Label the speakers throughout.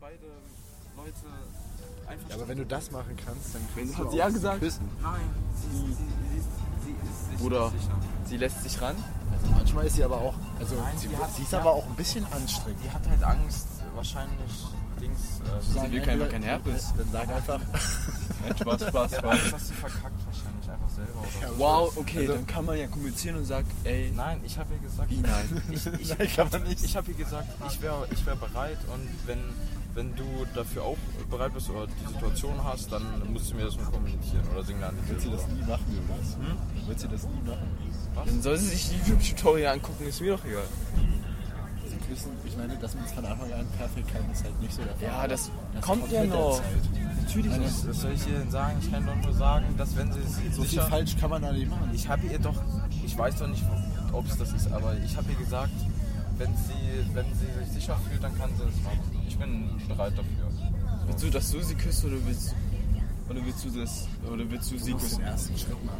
Speaker 1: beide Leute einfach.
Speaker 2: Ja, aber wenn du das machen kannst, dann
Speaker 3: Wenn
Speaker 2: kannst
Speaker 3: hat
Speaker 2: du
Speaker 3: sie
Speaker 2: auch
Speaker 3: ja gesagt.
Speaker 2: küssen.
Speaker 1: Nein, sie,
Speaker 3: Wie?
Speaker 1: sie, sie, ist, sie ist sich
Speaker 3: Bruder.
Speaker 1: nicht sicher.
Speaker 3: Sie lässt sich ran.
Speaker 2: Also manchmal ist sie aber auch, also
Speaker 1: Nein,
Speaker 2: sie,
Speaker 1: sie hat-
Speaker 2: sie ist
Speaker 1: ja.
Speaker 2: aber auch ein bisschen anstrengend.
Speaker 1: Die hat halt Angst, wahrscheinlich Dings. Äh,
Speaker 3: Sie will kein-
Speaker 2: Also,
Speaker 3: kein Herpes.
Speaker 2: Dann sag einfach,
Speaker 3: Nein, Spaß, Spaß,
Speaker 1: Ja,
Speaker 3: Spaß.
Speaker 1: Angst, dass sie verkackt wahrscheinlich einfach selber oder so.
Speaker 3: Wow, okay,
Speaker 2: Also-
Speaker 3: dann kann man ja kommunizieren und sagt, ey,
Speaker 1: Nein, ich habe ihr gesagt,
Speaker 3: wie nein.
Speaker 1: ich, ich,
Speaker 2: Nein, kann man nicht.
Speaker 1: ich habe ihr gesagt, ich wäre ich wär bereit und wenn, wenn du dafür auch bereit bist oder die Situation hast, dann musst du mir das nur kommunizieren oder singen an die
Speaker 2: wird sie
Speaker 1: Tür.
Speaker 2: das nie machen, oder was? Hm? Wird sie das nie machen?
Speaker 3: Dann soll sie sich die YouTube-Tutorial angucken, ist mir doch egal.
Speaker 2: Sie küssen, ich meine, dass man es von Anfang an perfekt kann, ist halt nicht so der Fall.
Speaker 3: Ja, das kommt ja
Speaker 2: mit der
Speaker 3: noch.
Speaker 2: Zeit.
Speaker 1: Natürlich. Was, was soll ich ihr denn sagen? Ich kann doch nur sagen, dass wenn sie sich
Speaker 2: So viel
Speaker 1: sicher...
Speaker 2: falsch kann man da nicht machen.
Speaker 1: Ich habe ihr doch, ich weiß doch nicht, ob es das ist, aber ich habe ihr gesagt, wenn sie, wenn sie sich sicher fühlt, dann kann sie es machen. Ich bin bereit dafür.
Speaker 3: Willst du, dass du sie küsst oder willst, oder willst du das, oder willst du sie
Speaker 2: Du musst den
Speaker 3: küssen?
Speaker 2: ersten Schritt machen.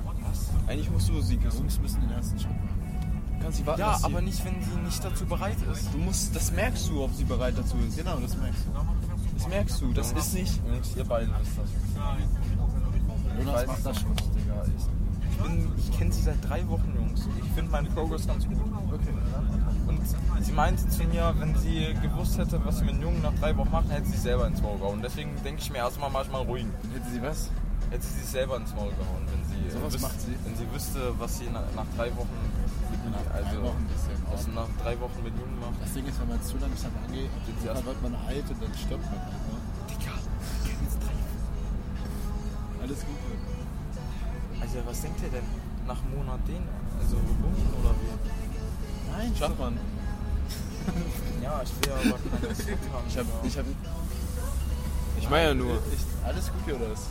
Speaker 3: Eigentlich musst du sie küssen.
Speaker 2: Jungs müssen den ersten Schritt machen.
Speaker 3: Du kannst sie warten,
Speaker 1: Ja,
Speaker 3: dass sie,
Speaker 1: aber nicht, wenn sie nicht dazu bereit ist.
Speaker 3: Du musst, das merkst du, ob sie bereit dazu ist.
Speaker 2: Genau, das merkst du.
Speaker 3: Das merkst du, das ist nicht.
Speaker 1: Und ihr beide wisst das.
Speaker 2: Jonas
Speaker 1: weiß
Speaker 2: macht
Speaker 1: es
Speaker 2: das schon.
Speaker 1: Digga, ich, ich, bin- ich kenne sie seit drei Wochen, Jungs. Ich finde meinen Progress ganz gut. Und sie meinte zu mir, wenn sie gewusst hätte, was sie mit einem Jungen nach drei Wochen machen, hätte sie sich selber ins Maul gehauen. Deswegen denke ich mir erstmal manchmal ruhig.
Speaker 2: Hätte sie was?
Speaker 1: Hätte sie sich selber ins Maul gehauen, wenn sie,
Speaker 2: Sowas
Speaker 1: wüs-
Speaker 2: macht sie.
Speaker 1: wenn sie wüsste, was sie nach, nach drei Wochen mit mir,
Speaker 2: Nach drei
Speaker 1: also
Speaker 2: Wochen ist ja in
Speaker 1: was sie
Speaker 2: Ordnung.
Speaker 1: nach drei Wochen mit Jungen macht.
Speaker 2: Das Ding ist, wenn man zu lange damit angeht,
Speaker 1: Sind sie
Speaker 2: dann
Speaker 1: erst-
Speaker 2: wird man alt und dann stirbt man. halt, Ne?
Speaker 1: Digga,
Speaker 2: Alles Gute.
Speaker 1: also was denkt ihr denn? Nach einem Monat den? Also Bummen oder wie?
Speaker 2: Nein,
Speaker 3: Schafft man.
Speaker 1: Ja, ich will aber keine Sex haben.
Speaker 3: Ich hab,
Speaker 1: ja.
Speaker 3: ich hab, ich meine ja nur.
Speaker 2: Ich, Genau. alles Gute oder was?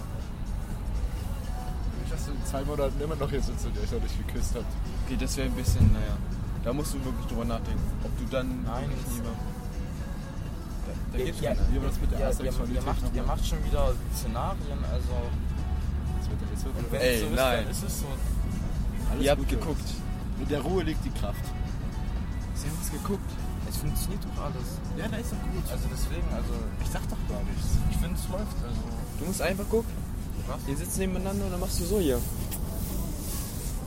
Speaker 2: Ich, dass du in zwei Monaten immer noch hier sitzt und ihr euch noch nicht geküsst habt.
Speaker 3: Okay, das wäre ein bisschen, naja. Da musst du wirklich drüber nachdenken, ob du dann
Speaker 1: Nein,
Speaker 3: wirklich
Speaker 1: das-
Speaker 3: lieber. Da, da
Speaker 1: Ja,
Speaker 3: geht's
Speaker 1: ja,
Speaker 3: schon.
Speaker 2: Wie war das mit der
Speaker 1: ja, ihr,
Speaker 2: Asexualität
Speaker 1: ihr, macht,
Speaker 2: nochmal?
Speaker 1: ihr macht schon wieder Szenarien, also
Speaker 2: Das wird, das wird
Speaker 1: wenn
Speaker 3: Ey,
Speaker 1: es so ist,
Speaker 3: nein.
Speaker 1: dann ist es so.
Speaker 2: alles
Speaker 3: Ihr habt
Speaker 2: Gute.
Speaker 3: geguckt.
Speaker 2: In der Ruhe liegt die Kraft.
Speaker 3: Sie haben es geguckt.
Speaker 1: Es funktioniert doch alles.
Speaker 2: Ja, da ist doch gut.
Speaker 1: Also deswegen, also
Speaker 2: Ich sag doch gar nichts.
Speaker 1: ich finde es läuft. Also
Speaker 3: Du musst einfach gucken.
Speaker 1: was?
Speaker 3: Ihr sitzt nebeneinander und dann machst du so hier.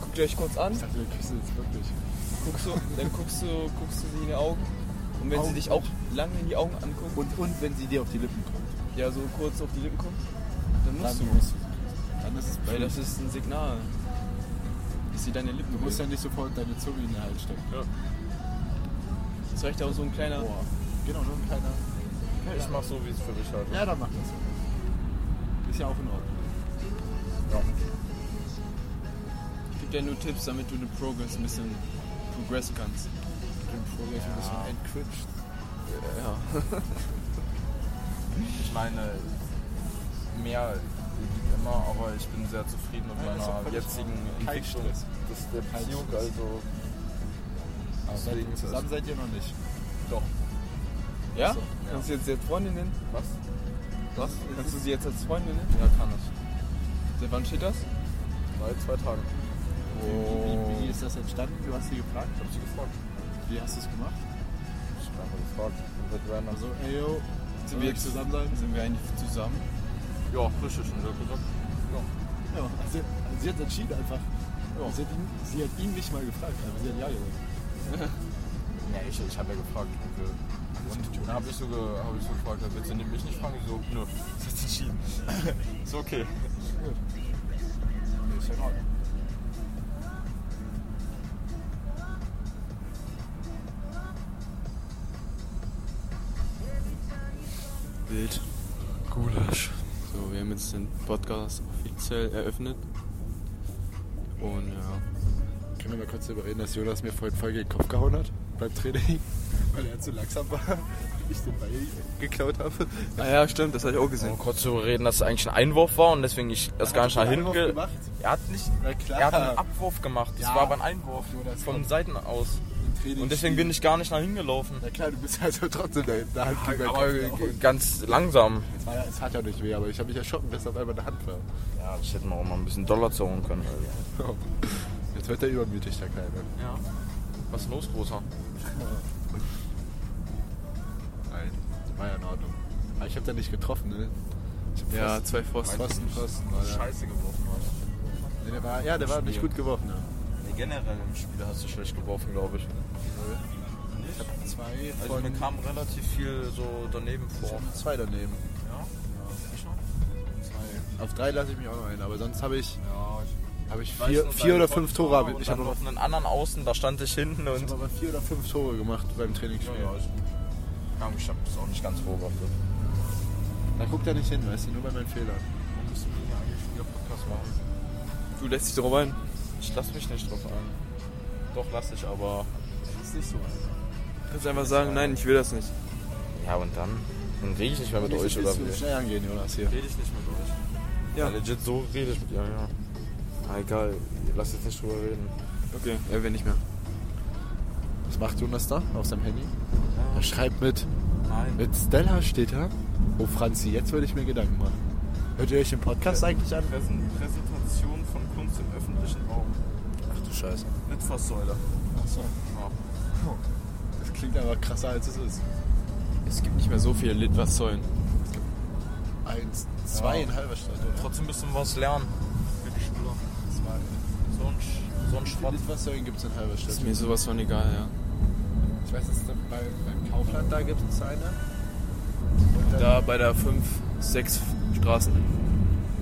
Speaker 3: Guckt ihr euch kurz an,
Speaker 2: Ich dachte, wir küssen jetzt wirklich.
Speaker 3: guckst du, dann guckst du, guckst du sie in die Augen. Und wenn sie
Speaker 2: Augen.
Speaker 3: dich auch lange in die Augen anguckt,
Speaker 2: Und, und wenn sie dir auf die Lippen kommt,
Speaker 3: ja so kurz auf die Lippen guckt, dann musst
Speaker 2: dann
Speaker 3: du.
Speaker 2: musst du. Dann ist es
Speaker 3: Weil das ist ein Signal. Dass sie deine Lippen
Speaker 2: Du musst ja
Speaker 3: berührt.
Speaker 2: nicht sofort deine Zunge in den Hals stecken.
Speaker 3: Das reicht auch so ein kleiner.
Speaker 2: Boah. Genau, nur ein kleiner.
Speaker 1: Ich mach so, wie es für mich halt.
Speaker 2: Ja, dann mach das. Ist ja auch in Ordnung.
Speaker 3: Ich gebe dir nur Tipps, damit du den Progress ein bisschen progressen kannst.
Speaker 2: Im Vorgleich ein bisschen encrypt.
Speaker 3: Ja.
Speaker 1: Ich meine, mehr liegt immer, aber ich bin sehr zufrieden mit
Speaker 2: Nein, das ist
Speaker 1: meiner
Speaker 2: doch völlig
Speaker 1: jetzigen
Speaker 2: kein
Speaker 1: Entwicklung
Speaker 2: Stress.
Speaker 1: des, der
Speaker 2: Kein
Speaker 1: Beziehung.
Speaker 2: Stress. Ah,
Speaker 1: Also
Speaker 2: Aber
Speaker 1: Deswegen
Speaker 2: seid-
Speaker 1: ist das-
Speaker 2: zusammen seid ihr noch nicht.
Speaker 1: doch.
Speaker 3: Ja?
Speaker 2: So,
Speaker 3: Kannst du jetzt jetzt Freundin nennen?
Speaker 1: Was? Was?
Speaker 3: Kannst du sie jetzt als Freundin nennen?
Speaker 1: Ja, kann ich.
Speaker 3: Seit wann steht das?
Speaker 1: Seit zwei Tagen.
Speaker 2: Wie, wie, wie ist das entstanden? Du hast sie gefragt?
Speaker 1: Ich hab sie gefragt.
Speaker 2: Wie hast du es gemacht?
Speaker 1: Ich hab einfach gefragt. Und wird random
Speaker 2: Also, ey yo, sollen
Speaker 3: Sind wir
Speaker 2: wir
Speaker 3: jetzt
Speaker 2: zusammen sein?
Speaker 3: Sind wir eigentlich zusammen?
Speaker 1: Ja, richtig. Und er hat gesagt, ja.
Speaker 2: Ja, also, sie hat entschieden einfach.
Speaker 1: Ja.
Speaker 2: Sie, hat ihn, sie hat ihn nicht mal gefragt, aber sie hat ja gesagt.
Speaker 1: Nee, ich, ich habe ja gefragt. Und, und dann habe ich, so ge, hab ich so gefragt, ja, willst du nicht- mich nicht fragen? Ich so, nö, das hat entschieden. ist okay.
Speaker 2: Nee, ist ja in Ordnung.
Speaker 3: Wild. Gulasch. So, wir haben jetzt den Podcast offiziell eröffnet. Und ja.
Speaker 2: Können wir mal kurz darüber reden, dass Jonas mir vorhin voll gegen den Kopf gehauen hat beim Training, weil er zu langsam war und ich den Ball geklaut habe.
Speaker 3: Ah ja, stimmt, das habe ich auch gesehen.
Speaker 1: Um kurz zu reden, dass es eigentlich ein Einwurf war und deswegen ich das gar nicht nach hinten
Speaker 2: Einwurf
Speaker 1: ge
Speaker 2: gemacht.
Speaker 1: Er hat nicht.
Speaker 2: Na klar.
Speaker 1: Er hat einen Abwurf gemacht. Das
Speaker 2: Ja.
Speaker 1: war aber ein Einwurf.
Speaker 2: Nur das
Speaker 1: Von
Speaker 2: kommt.
Speaker 1: Seiten aus.
Speaker 2: Im Training
Speaker 1: Und deswegen bin ich gar nicht nach hingelaufen.
Speaker 2: Na klar, du bist also trotzdem da in der Hand gegangen.
Speaker 1: g- ganz langsam.
Speaker 2: Es war ja- Es hat ja nicht weh, aber ich habe mich erschrocken, dass es auf einmal eine Hand war.
Speaker 1: Ja, ich hätte mir auch mal ein bisschen Dollar zaubern können. Alter.
Speaker 2: Jetzt wird er übermütig, der Kleine.
Speaker 1: Ja. Was ist los, Großer?
Speaker 2: Nein, war ja in Ordnung. Aber Ah, ich habe da nicht getroffen, ne? Ich hab
Speaker 3: Ja,
Speaker 2: Pfosten-
Speaker 3: zwei Pfosten.
Speaker 2: Pfosten, Pfosten, war der.
Speaker 1: Scheiße geworfen hast.
Speaker 2: Nee, der war, ja, der war nicht gut geworfen. Ne?
Speaker 1: Nee, generell im Spiel hast du schlecht geworfen, glaube ich.
Speaker 2: Ich habe zwei
Speaker 1: Also
Speaker 2: von
Speaker 1: mir kam relativ viel so daneben
Speaker 2: ich
Speaker 1: vor.
Speaker 2: hab zwei daneben.
Speaker 1: Ja?
Speaker 2: Zwei. Auf drei lasse ich mich auch noch ein, aber sonst habe ich,
Speaker 1: Ja,
Speaker 2: hab ich
Speaker 1: Weiß
Speaker 2: vier,
Speaker 1: nur,
Speaker 2: vier
Speaker 1: weil
Speaker 2: oder
Speaker 1: ich
Speaker 2: fünf
Speaker 1: Tor
Speaker 2: Tore. hab
Speaker 1: und
Speaker 2: ich- Ich
Speaker 1: dann
Speaker 2: habe
Speaker 1: auf einen anderen Außen, da stand ich hinten und.
Speaker 2: aber vier oder fünf Tore gemacht beim Trainingsspiel.
Speaker 1: Ja, ich habe das auch nicht ganz beobachtet.
Speaker 2: Da guckt er nicht hin, weißt du, nur bei meinen Fehlern.
Speaker 3: Du lässt dich drauf ein.
Speaker 1: Ich lass mich nicht drauf ein. Doch, lass ich, aber.
Speaker 2: Das ist nicht so einfach.
Speaker 3: Du kannst einfach sagen, nein, ich will das nicht.
Speaker 1: Ja, und dann? Dann rede ich nicht mehr mit euch, oder?
Speaker 2: Du schnell angehen, Jonas, hier.
Speaker 1: Rede ich nicht mit euch. Ja,
Speaker 3: Ja.
Speaker 1: legit, so rede ich mit ihr, ja. Ah, egal, lass jetzt nicht drüber reden.
Speaker 3: Okay, er will nicht mehr.
Speaker 2: Was macht Jonas da auf seinem Handy? Er schreibt mit,
Speaker 1: Nein.
Speaker 2: mit Stella steht da. Oh Franzi, jetzt würde ich mir Gedanken machen. Hört ihr euch den Podcast eigentlich an?
Speaker 1: Präsentation von Kunst im öffentlichen Raum.
Speaker 2: Ach du Scheiße.
Speaker 1: Mit Fasssäule.
Speaker 2: Achso. Das klingt aber krasser als es ist.
Speaker 3: Es gibt nicht mehr so viele Litwassäulen.
Speaker 2: Eins, zwei in halber Stadt, oder?
Speaker 1: Trotzdem müssen wir was lernen. Für die Schüler. So ein, Sch- so ein Schrott.
Speaker 2: Was gibt es in halber Stadt?
Speaker 3: Ist mir sowas von egal, ja.
Speaker 2: Ich weiß, dass da bei, beim Kaufland da gibt es eine.
Speaker 3: Da bei der 5, 6 Straßen.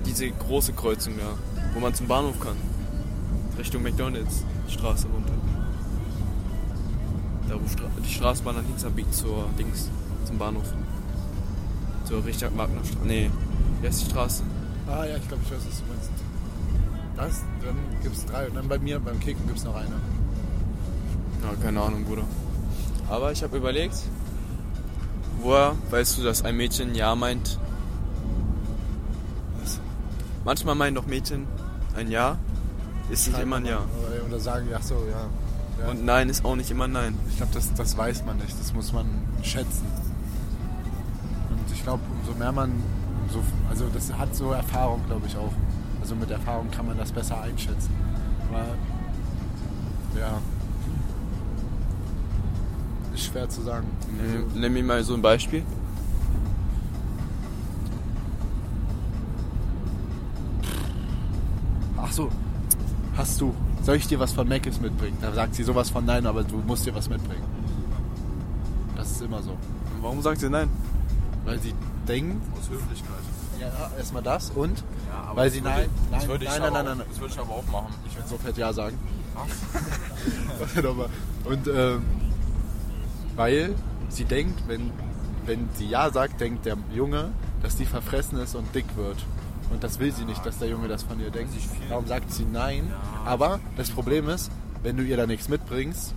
Speaker 3: Diese große Kreuzung da, wo man zum Bahnhof kann. Richtung McDonalds, Straße runter. Da wo Stra die Straßenbahn dann links abbiegt zur Dings, zum Bahnhof. Zur richard wagner straße Nee, wie heißt die Straße?
Speaker 2: Ah ja, ich glaube, ich weiß, was du meinst. Das, dann gibt es drei. Und dann bei mir, beim Kicken gibt es noch eine.
Speaker 3: Ja, keine Ahnung, Bruder. Aber ich habe überlegt, woher weißt du, dass ein Mädchen Ja meint?
Speaker 2: Was?
Speaker 3: Manchmal meinen doch Mädchen ein Ja, ist nicht immer ein Ja.
Speaker 2: Oder, oder sagen, ach so, ja. ja.
Speaker 3: Und Nein ist auch nicht immer ein Nein.
Speaker 2: Ich glaube, das, das weiß man nicht, das muss man schätzen. Und ich glaube, umso mehr man, umso, also das hat so Erfahrung, glaube ich auch. Also mit Erfahrung kann man das besser einschätzen. Aber, ja, ist schwer zu sagen.
Speaker 3: Nimm, nimm mir mal so ein Beispiel.
Speaker 2: Ach so, hast du, soll ich dir was von Macis mitbringen? Da sagt sie sowas von nein, aber du musst dir was mitbringen. Das ist immer so.
Speaker 3: Warum sagt sie Nein?
Speaker 2: Weil sie denken,
Speaker 1: Aus Höflichkeit.
Speaker 2: ja, erstmal das und
Speaker 1: Ja, aber
Speaker 2: Weil
Speaker 1: das
Speaker 2: sie
Speaker 1: würde-
Speaker 2: nein-
Speaker 1: das
Speaker 2: nein,
Speaker 1: würde ich
Speaker 2: nein,
Speaker 1: aber
Speaker 2: nein, nein,
Speaker 1: auch-
Speaker 2: nein.
Speaker 1: Das würde ich aber auch machen.
Speaker 2: ich würde so fett ja sagen.
Speaker 1: Was?
Speaker 2: Warte doch mal. Und ähm, weil sie denkt, wenn, wenn sie Ja sagt, denkt der Junge, dass die verfressen ist und dick wird. Und das will sie nicht, dass der Junge das von ihr denkt.
Speaker 1: ich viel-
Speaker 2: Darum sagt sie Nein.
Speaker 1: Ja.
Speaker 2: Aber das Problem ist, wenn du ihr da nichts mitbringst,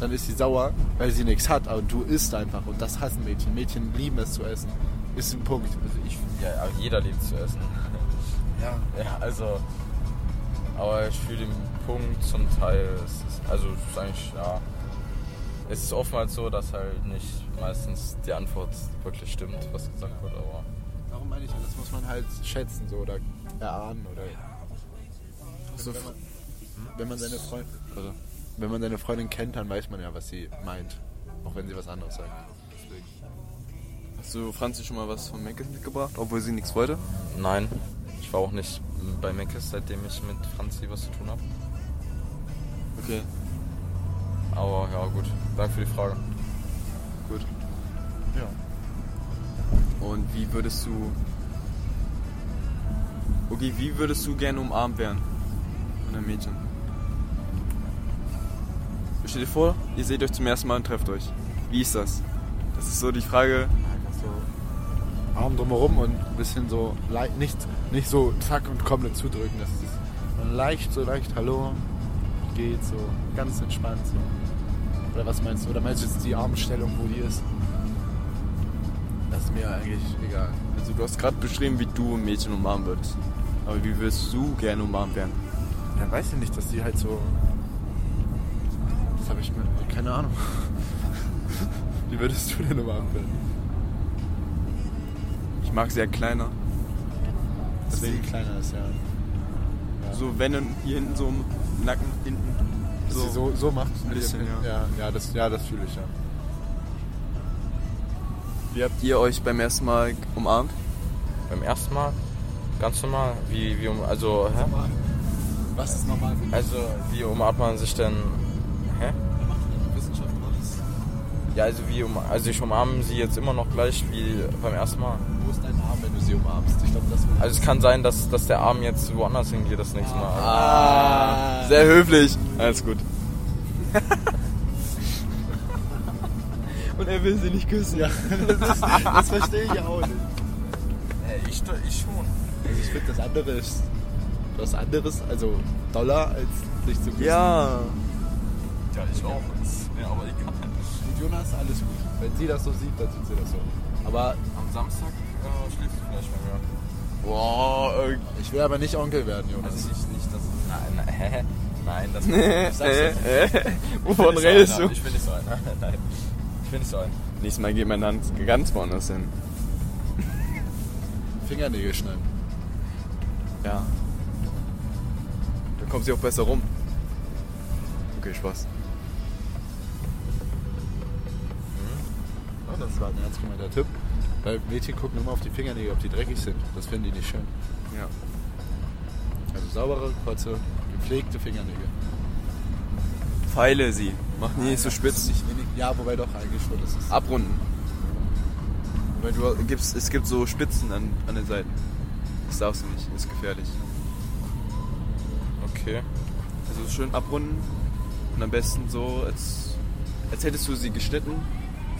Speaker 2: dann ist sie sauer, weil sie nichts hat. Und du isst einfach. Und das hassen Mädchen. Mädchen lieben es zu essen. Ist ein Punkt.
Speaker 1: Also ich, ja, aber jeder liebt zu essen.
Speaker 2: Ja.
Speaker 1: Ja, also. Aber ich fühle den Punkt zum Teil. Es ist, also, es ist eigentlich, ja. Es ist oftmals so, dass halt nicht meistens die Antwort wirklich stimmt, was gesagt wird, aber.
Speaker 2: Darum meine ich, ja, das muss man halt schätzen so, oder erahnen oder. Also, wenn, man, wenn man seine Freundin, also, wenn man seine Freundin kennt, dann weiß man ja, was sie meint, auch wenn sie was anderes sagt.
Speaker 3: Hast du Franzi schon mal was von Meckes mitgebracht, obwohl sie nichts wollte?
Speaker 1: Nein, ich war auch nicht bei Meckes, seitdem ich mit Franzi was zu tun habe.
Speaker 3: Okay.
Speaker 1: Aber ja, gut. Danke für die Frage.
Speaker 3: Gut.
Speaker 2: Ja.
Speaker 3: Und wie würdest du. Okay, wie würdest du gerne umarmt werden? Von einem Mädchen. Stell dir vor, ihr seht euch zum ersten Mal und trefft euch. Wie ist das? Das ist so die Frage.
Speaker 2: Arm drumherum und ein bisschen so leicht, nicht, nicht so zack und komm dazu drücken, das ist sondern leicht, so leicht, hallo, geht so, ganz entspannt so. Oder was meinst du? Oder meinst du jetzt die Armstellung, wo die ist? Das ist mir eigentlich egal.
Speaker 3: Also du hast gerade beschrieben, wie du ein Mädchen umarmen würdest. Aber wie würdest du gerne umarmt werden?
Speaker 2: Ja, weiß ich nicht, dass die halt so. Das habe ich mir. Keine Ahnung. Wie würdest du denn umarmt werden?
Speaker 3: Ich mag sie ja kleiner.
Speaker 2: Dass sie kleiner ist, ja.
Speaker 3: So wenn und hier hinten so im Nacken hinten.
Speaker 2: Dass
Speaker 3: So.
Speaker 2: sie so, so macht.
Speaker 3: Ein bisschen,
Speaker 2: ja. Ja, das, ja, das fühle ich ja.
Speaker 3: Wie habt ihr euch beim ersten Mal umarmt?
Speaker 4: Beim ersten Mal ganz normal. Wie, wie um, also, hä?
Speaker 2: Was ist normal?
Speaker 4: Also, wie umarmt man sich denn? Hä?
Speaker 2: Wissenschaft Gottes.
Speaker 4: Ja, also wie um, also ich umarme sie jetzt immer noch gleich wie beim ersten Mal.
Speaker 2: Wo ist dein Arm, wenn du sie umarmst? Ich glaube, das wird.
Speaker 4: Also es kann sein, dass, dass der Arm jetzt woanders hingeht das nächste Mal.
Speaker 3: Ah, sehr höflich. Alles gut.
Speaker 2: Und er will sie nicht küssen. Ja, das, ist, das verstehe ich ja auch nicht.
Speaker 4: Äh, ich, ich schon.
Speaker 2: Also ich finde das andere ist was anderes, also doller als sich zu küssen.
Speaker 3: Ja.
Speaker 4: Ja, ich auch. Ja, aber egal.
Speaker 2: Mit Jonas alles gut. Wenn sie das so sieht, dann sieht sie das so. Aber
Speaker 4: Am Samstag äh, schläfst du vielleicht mal mehr.
Speaker 3: Wow, äh,
Speaker 2: ich will aber nicht Onkel werden, Jonas.
Speaker 4: Also nicht, nicht das. Nein, nein, hä? nein, das. Ich sag's
Speaker 3: äh,
Speaker 4: jetzt.
Speaker 3: äh,
Speaker 4: Ich bin
Speaker 3: wovon
Speaker 4: nicht so
Speaker 3: redest
Speaker 4: einer.
Speaker 3: du?
Speaker 4: Ich bin nicht so einer. Nein. Ich bin nicht so einer.
Speaker 3: Nächstes Mal geht mein Hand ganz woanders hin.
Speaker 2: Fingernägel schneiden.
Speaker 3: Ja. Dann kommt sie auch besser rum. Okay, Spaß.
Speaker 2: Oh, das war ein ernst gemeinter Tipp. Weil Mädchen gucken immer auf die Fingernägel, ob die dreckig sind. Das finden die nicht schön.
Speaker 3: Ja.
Speaker 2: Also saubere, kurze, gepflegte Fingernägel.
Speaker 3: Feile sie. Mach nie so spitz.
Speaker 2: Nicht wenig. Ja, wobei doch eigentlich Ah, schon. Das ist
Speaker 3: Abrunden. Weil du gibst, es gibt so Spitzen an, an den Seiten. Das darfst du nicht, ist gefährlich.
Speaker 4: Okay.
Speaker 3: Also schön abrunden und am besten so, als, als hättest du sie geschnitten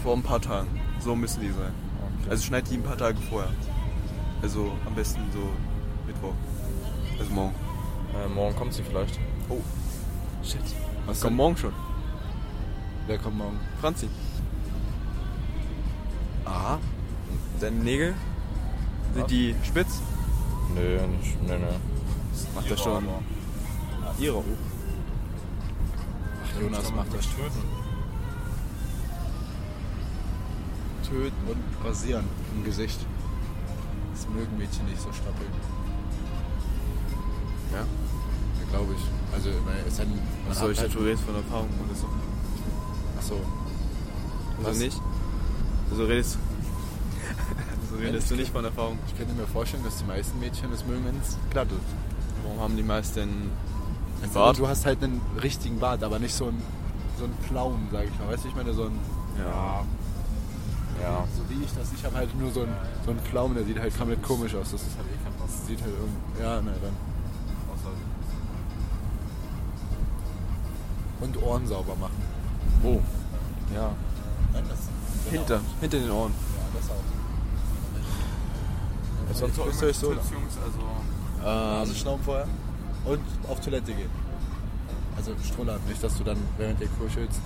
Speaker 3: vor ein paar Tagen. So müssen die sein.
Speaker 4: Okay.
Speaker 3: Also schneid die ein paar Tage vorher. Also am besten so Mittwoch. Also morgen.
Speaker 4: Äh, morgen kommt sie vielleicht.
Speaker 3: Oh, shit.
Speaker 2: Was
Speaker 3: Komm
Speaker 2: denn?
Speaker 3: morgen schon.
Speaker 2: Wer kommt morgen?
Speaker 3: Franzi. Aha. Deine Nägel? Sind die spitz?
Speaker 4: Nö, nicht, nö, nö.
Speaker 3: Macht das schon. Ihre.
Speaker 2: Ach, Jonas macht das.
Speaker 4: töten.
Speaker 2: Töten und rasieren im Gesicht. Das mögen Mädchen nicht so strappeln.
Speaker 3: Ja.
Speaker 2: Ja, glaube ich. Also, weil es dann.
Speaker 3: Was soll ich
Speaker 2: halt-
Speaker 3: denn schon jetzt halt von Erfahrung oder so?
Speaker 2: Achso.
Speaker 3: Also nicht? Also redest, also redest du nicht von Erfahrung.
Speaker 2: Ich könnte mir vorstellen, dass die meisten Mädchen es mögen, wenn es glatt ist.
Speaker 3: Warum haben die meisten einen
Speaker 2: Aber
Speaker 3: Bart?
Speaker 2: Du hast halt einen richtigen Bart, aber nicht so einen, so einen Clown, sage ich mal. Weißt du, ich meine, so ein.
Speaker 3: Ja.
Speaker 4: Ja.
Speaker 2: So wie ich das. Ich habe halt nur so einen, so einen Clown, der sieht halt komplett komisch aus. Das, ist halt, das sieht halt irgendwie. Ja, nein, dann. Und Ohren sauber machen.
Speaker 3: Wo?
Speaker 2: Ja. Nein, das.
Speaker 3: Hinter, hinter den Ohren.
Speaker 2: Ja, das auch.
Speaker 4: Sonst
Speaker 2: Sonst
Speaker 4: ist
Speaker 2: euch so.
Speaker 4: Jungs, also.
Speaker 2: Also schnauben vorher. Und auf Toilette gehen. Also strollern. Nicht, dass du dann während der Kur schützt.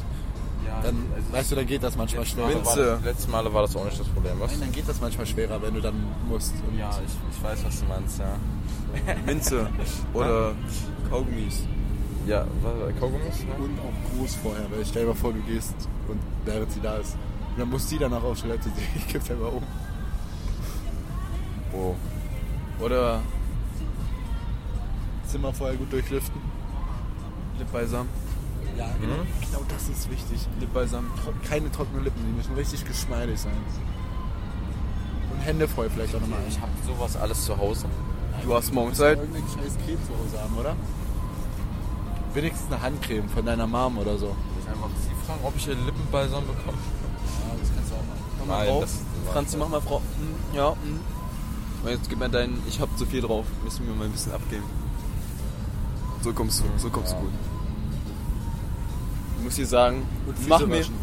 Speaker 4: Ja,
Speaker 2: Dann, äh,
Speaker 4: also-
Speaker 2: weißt du, dann geht das manchmal schneller.
Speaker 4: Letztes Mal war-
Speaker 3: Minze.
Speaker 4: Letztes Mal war das auch nicht das Problem, was?
Speaker 2: Nein, dann geht das manchmal schwerer, wenn du dann musst. Und
Speaker 4: Ja, ich, ich weiß, was du meinst, ja.
Speaker 3: Minze oder Kaugummis.
Speaker 4: Ja, was- Kaugummis? Ne?
Speaker 2: Und auch groß vorher, weil ich stell dir mal vor, du gehst und während sie da ist. Und dann muss sie danach auf Toilette, die kippt einfach um.
Speaker 4: Oh.
Speaker 3: Wow. Oder
Speaker 2: Zimmer vorher gut durchlüften.
Speaker 3: Lippbalsam.
Speaker 2: Ja, genau. Genau das ist wichtig.
Speaker 3: Lippbalsam.
Speaker 2: Tro- Keine trockenen Lippen, die müssen richtig geschmeidig sein. Und Hände voll vielleicht auch nochmal.
Speaker 4: Ich hab sowas alles zu Hause.
Speaker 3: Du hast morgen Zeit?
Speaker 2: irgendeine scheiß Creme zu Hause haben, oder? Wenigstens eine Handcreme von deiner Mom oder so.
Speaker 4: Ich einfach sie fragen, ob ich ihr Lippenbalsam bekomme.
Speaker 2: Ja, das kannst du auch machen.
Speaker 3: Mach mal
Speaker 4: Nein,
Speaker 3: drauf.
Speaker 4: das- das-
Speaker 3: Franzi, mach mal drauf. Hm, ja, hm. Und jetzt gib mir deinen, ich hab zu viel drauf. Müssen wir mal ein bisschen abgeben. So kommst du, so kommst
Speaker 4: Ja.
Speaker 3: du gut. Ich muss dir sagen,
Speaker 2: Und Füße
Speaker 3: mach mir.
Speaker 2: waschen.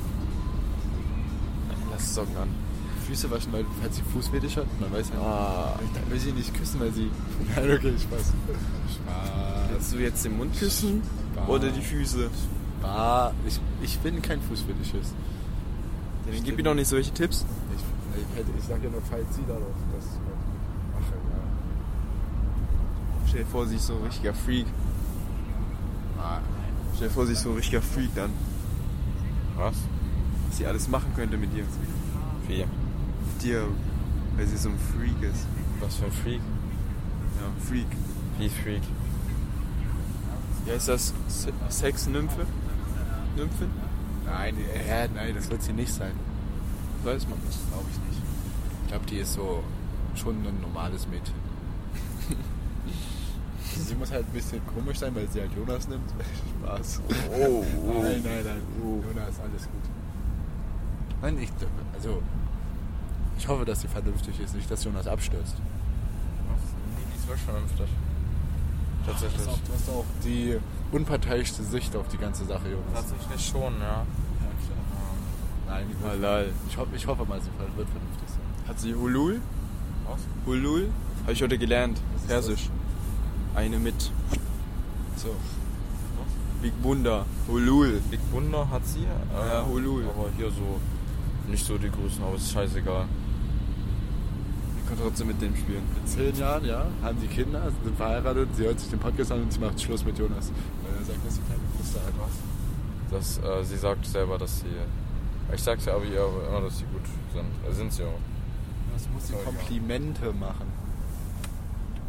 Speaker 3: Lass Socken an.
Speaker 2: Füße waschen, weil falls sie Fußfetisch hat, man weiß ja nicht.
Speaker 3: Ah.
Speaker 2: Dann will sie nicht küssen, weil sie. Nein, okay, Spaß. Spaß.
Speaker 3: Willst du jetzt den Mund küssen? Oder die Füße?
Speaker 2: Bah, ich, ich bin kein Fußfetischist.
Speaker 3: Dann gib mir doch nicht solche Tipps.
Speaker 2: Ich, ich, hätte- ich sag ja nur, falls sie darauf das mache, ja.
Speaker 3: Stell dir vor, sie ist so ein richtiger Freak.
Speaker 2: Ah,
Speaker 3: Stell dir vor, sie ist so ein richtiger Freak dann.
Speaker 4: Was?
Speaker 3: Was sie alles machen könnte mit dir.
Speaker 4: Wie?
Speaker 3: Mit dir, weil sie so ein Freak ist.
Speaker 4: Was für ein Freak?
Speaker 3: Ja, Freak.
Speaker 4: Wie Freak?
Speaker 3: Wie heißt das? Se Sex-Nymphe? Nymphen?
Speaker 2: Nein, äh, nein, das wird sie nicht sein.
Speaker 3: Weiß man nicht.
Speaker 2: Glaube ich nicht. Ich glaube, die ist so schon ein normales Mädchen. sie muss halt ein bisschen komisch sein, weil sie halt Jonas nimmt. Spaß.
Speaker 1: Oh, oh.
Speaker 2: Nein, nein, nein. Jonas, alles gut. Nein, ich, also, ich hoffe, dass sie vernünftig ist, nicht, dass Jonas abstürzt.
Speaker 1: Nee, die ist wirklich vernünftig. Tatsächlich.
Speaker 2: Du hast auch- du hast auch die unparteiischste Sicht auf die ganze Sache, Jonas.
Speaker 1: Tatsächlich schon, ja.
Speaker 2: Nein, die wird-
Speaker 3: Malal.
Speaker 2: ich hoffe, ich hoffe mal, sie wird vernünftig sein.
Speaker 3: Hat sie Hulul?
Speaker 1: Was?
Speaker 3: Hulul? Habe ich heute gelernt.
Speaker 2: ist
Speaker 3: Persisch. Eine mit.
Speaker 2: So.
Speaker 3: Big Bunda. Hulul.
Speaker 1: Big Wunder hat sie. äh,
Speaker 3: Ja, Hulul.
Speaker 1: Aber hier so nicht so die Größen, aber ist scheißegal.
Speaker 3: Ich kann trotzdem mit dem spielen.
Speaker 2: In zehn Jahren, ja, haben die Kinder, sind verheiratet, sie hört sich den Podcast an und sie macht Schluss mit Jonas. Weil er sagt, Äh, dass sie keine Brüste hat.
Speaker 1: Das, äh, sie sagt selber, dass sie. Ich sag's ja aber ihr immer, dass sie gut sind. Äh, sind sie auch.
Speaker 2: Das muss sie
Speaker 1: Voll egal.
Speaker 2: Komplimente machen.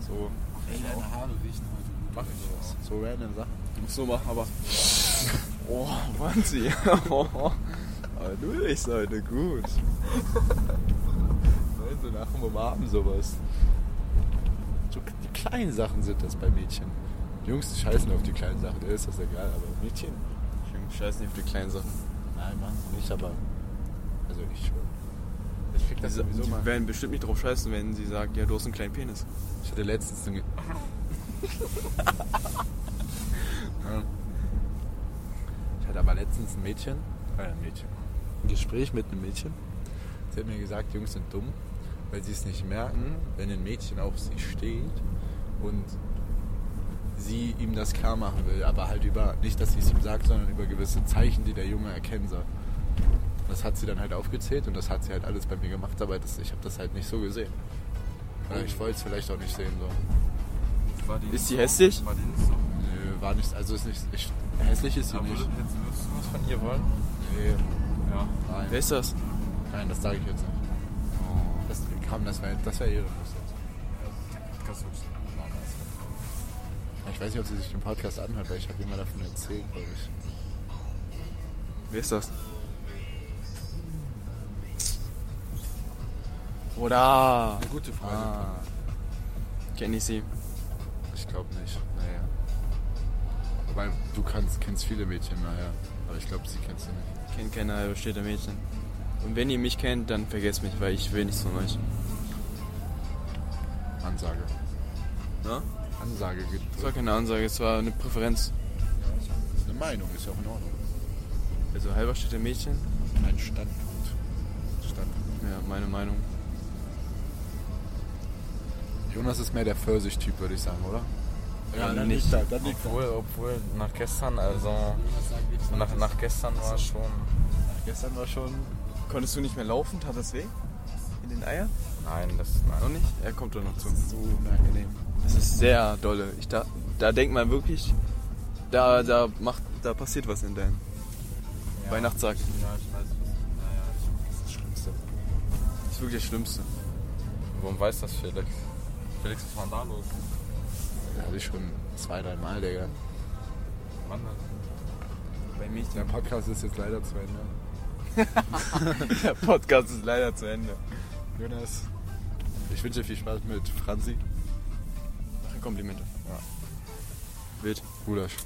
Speaker 2: So.
Speaker 4: Ey, deine Haare riechen heute gut.
Speaker 1: Mach ich auch.
Speaker 2: So random Sachen.
Speaker 3: Muss so machen, aber. Oh, waren sie. aber du riechst heute gut.
Speaker 2: Nein, so nach dem Umarmen sowas. So, k- die kleinen Sachen sind das bei Mädchen. Die Jungs die scheißen auf die kleinen Sachen, denen ist das egal, aber Mädchen?
Speaker 3: Ich scheiß nicht auf die kleinen Sachen.
Speaker 2: Nein, machen sie nicht, aber. Also ich schon. Ich krieg
Speaker 3: Die,
Speaker 2: das
Speaker 3: sa-
Speaker 2: sowieso
Speaker 3: die
Speaker 2: mal.
Speaker 3: werden bestimmt nicht drauf scheißen, wenn sie sagt, ja, du hast einen kleinen Penis.
Speaker 2: Ich hatte letztens einen. Ge- Ja. ich hatte aber letztens ein Mädchen. äh, Ein Mädchen. Ein Gespräch mit einem Mädchen. Sie hat mir gesagt, Jungs sind dumm, weil sie es nicht merken, wenn ein Mädchen auf sie steht und sie ihm das klar machen will, aber halt über, nicht, dass sie es ihm sagt, sondern über gewisse Zeichen, die der Junge erkennen soll. Das hat sie dann halt aufgezählt und das hat sie halt alles bei mir gemacht, aber das, ich habe das halt nicht so gesehen. Oder ich wollte es vielleicht auch nicht sehen. So.
Speaker 1: War die
Speaker 3: Ist sie hässlich?
Speaker 1: War die nicht so?
Speaker 2: Nö, war nicht, also ist nicht, ich, hässlich ist sie
Speaker 1: Aber
Speaker 2: nicht.
Speaker 1: würdest du was von ihr wollen?
Speaker 2: Nee,
Speaker 1: Ja.
Speaker 2: nein,
Speaker 3: Wer ist das?
Speaker 2: nein, das sage ich jetzt nicht. Das kam, das wäre das wär ihre Lust jetzt.
Speaker 1: Kannst du
Speaker 2: Ich weiß nicht, ob sie sich den Podcast anhört, weil ich habe immer davon erzählt, glaube ich.
Speaker 3: Wer ist das? Oder?
Speaker 2: gute
Speaker 3: Ah. Kenn ich sie.
Speaker 2: Ich glaube nicht, naja. Wobei, du kannst, kennst viele Mädchen, naja. Aber ich glaube, sie kennst du nicht.
Speaker 3: Kennt keiner, aber steht der Mädchen. Und wenn ihr mich kennt, dann vergesst mich, weil ich will nichts von euch.
Speaker 2: Ansage.
Speaker 3: Na?
Speaker 2: Ansage gibt
Speaker 3: Das war keine Ansage, es war eine Präferenz.
Speaker 2: Eine Meinung ist ja auch in Ordnung.
Speaker 3: Also halber steht der Mädchen?
Speaker 2: Ein Standpunkt. Standpunkt.
Speaker 3: Ja, meine Meinung.
Speaker 2: Jonas ist mehr der Pfirsich-Typ, würde ich sagen, oder?
Speaker 3: Ja,
Speaker 2: dann
Speaker 3: nicht.
Speaker 2: liegt da, dann liegt da.
Speaker 1: Obwohl, obwohl, nach gestern, also.
Speaker 4: Jonas sagt nichts
Speaker 1: Nach,
Speaker 4: Neues.
Speaker 1: nach gestern war es schon.
Speaker 2: Gestern war schon
Speaker 3: Konntest du nicht mehr laufen? Tat das weh? In den Eiern?
Speaker 1: Nein, das. Nein.
Speaker 3: Noch nicht? Er kommt doch noch zu.
Speaker 2: so unangenehm.
Speaker 3: Das ist sehr dolle. Ich da, da denkt man wirklich, da, da, macht, da passiert was in deinem
Speaker 1: Ja.
Speaker 3: Weihnachtssack.
Speaker 1: Ja, ich weiß.
Speaker 2: Das ist das Schlimmste.
Speaker 3: Das ist wirklich das Schlimmste.
Speaker 1: Warum weiß das Felix? Felix, was war denn da los?
Speaker 2: Das hatte ich schon zwei, drei Mal, Digga.
Speaker 1: Mann,
Speaker 3: Bei mich,
Speaker 2: Der Podcast ist jetzt leider zu Ende.
Speaker 3: der Podcast ist leider zu Ende.
Speaker 2: Jonas, ich wünsche dir viel Spaß mit Franzi.
Speaker 3: Komplimente.
Speaker 2: Ja.
Speaker 3: Wild.
Speaker 2: Gulasch.